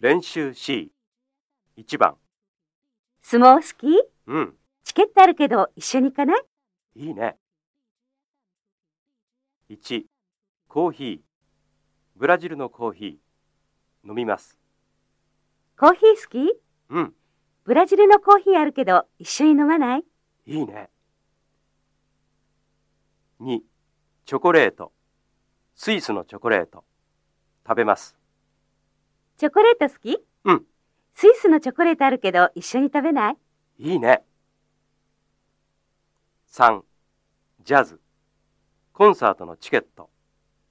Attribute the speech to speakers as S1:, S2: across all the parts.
S1: 練習 C。1番。
S2: 相撲好き
S1: うん、
S2: チケットあるけど一緒に行かない
S1: いいね。1、コーヒー。ブラジルのコーヒー。飲みます。
S2: コーヒー好き
S1: うん、
S2: ブラジルのコーヒーあるけど一緒に飲まない
S1: いいね。2、チョコレート。スイスのチョコレート。食べます。
S2: チョコレート好き
S1: うん
S2: スイスのチョコレートあるけど一緒に食べない
S1: いいね。3、ジャズ。コンサートのチケット。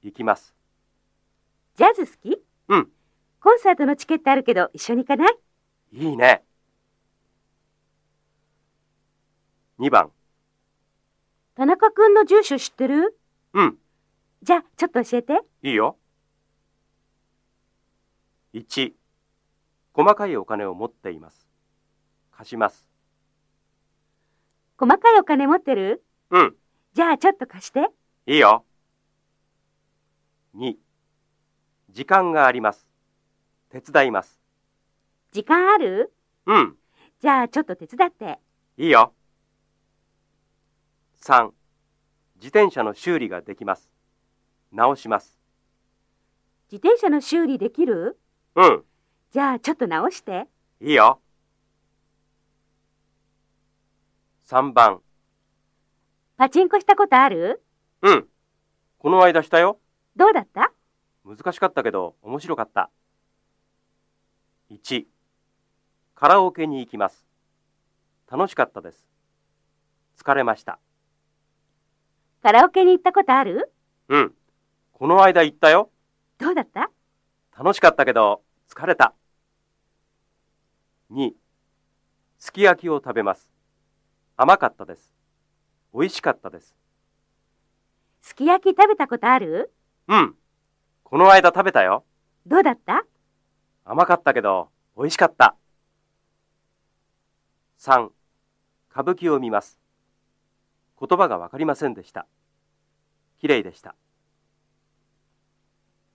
S1: 行きます。
S2: ジャズ好き
S1: うん
S2: コンサートのチケットあるけど一緒に行かない
S1: いいね。2番。
S2: 田中くんの住所知ってる
S1: うん、
S2: じゃあちょっと教えて
S1: いいよ。1、細かいお金を持っています。貸します。
S2: 細かいお金持ってる
S1: うん、
S2: じゃあちょっと貸して
S1: いいよ。2、時間があります。手伝います。
S2: 時間ある
S1: うん、
S2: じゃあちょっと手伝って
S1: いいよ。3、自転車の修理ができます。直します。
S2: 自転車の修理できる
S1: うん、
S2: じゃあちょっと直して
S1: いいよ。3番、
S2: パチンコしたことある
S1: うん、この間したよ。
S2: どうだった
S1: 難しかったけど面白かった。1カラオケに行きます。楽しかったです。疲れました。
S2: カラオケに行ったことある
S1: うん。この間行ったよ。
S2: どうだった
S1: 楽しかったけど疲れた。2すき焼きを食べます。甘かったです。美味しかったです。
S2: すき焼き食べたことある
S1: うん。この間食べたよ。
S2: どうだった
S1: 甘かったけど美味しかった。3. 歌舞伎を見ます。言葉がわかりませんでした。綺麗でした。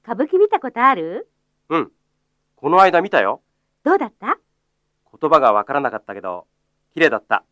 S2: 歌舞伎見たことある
S1: うん。この間見たよ。
S2: どうだった
S1: 言葉がわからなかったけど、綺麗だった。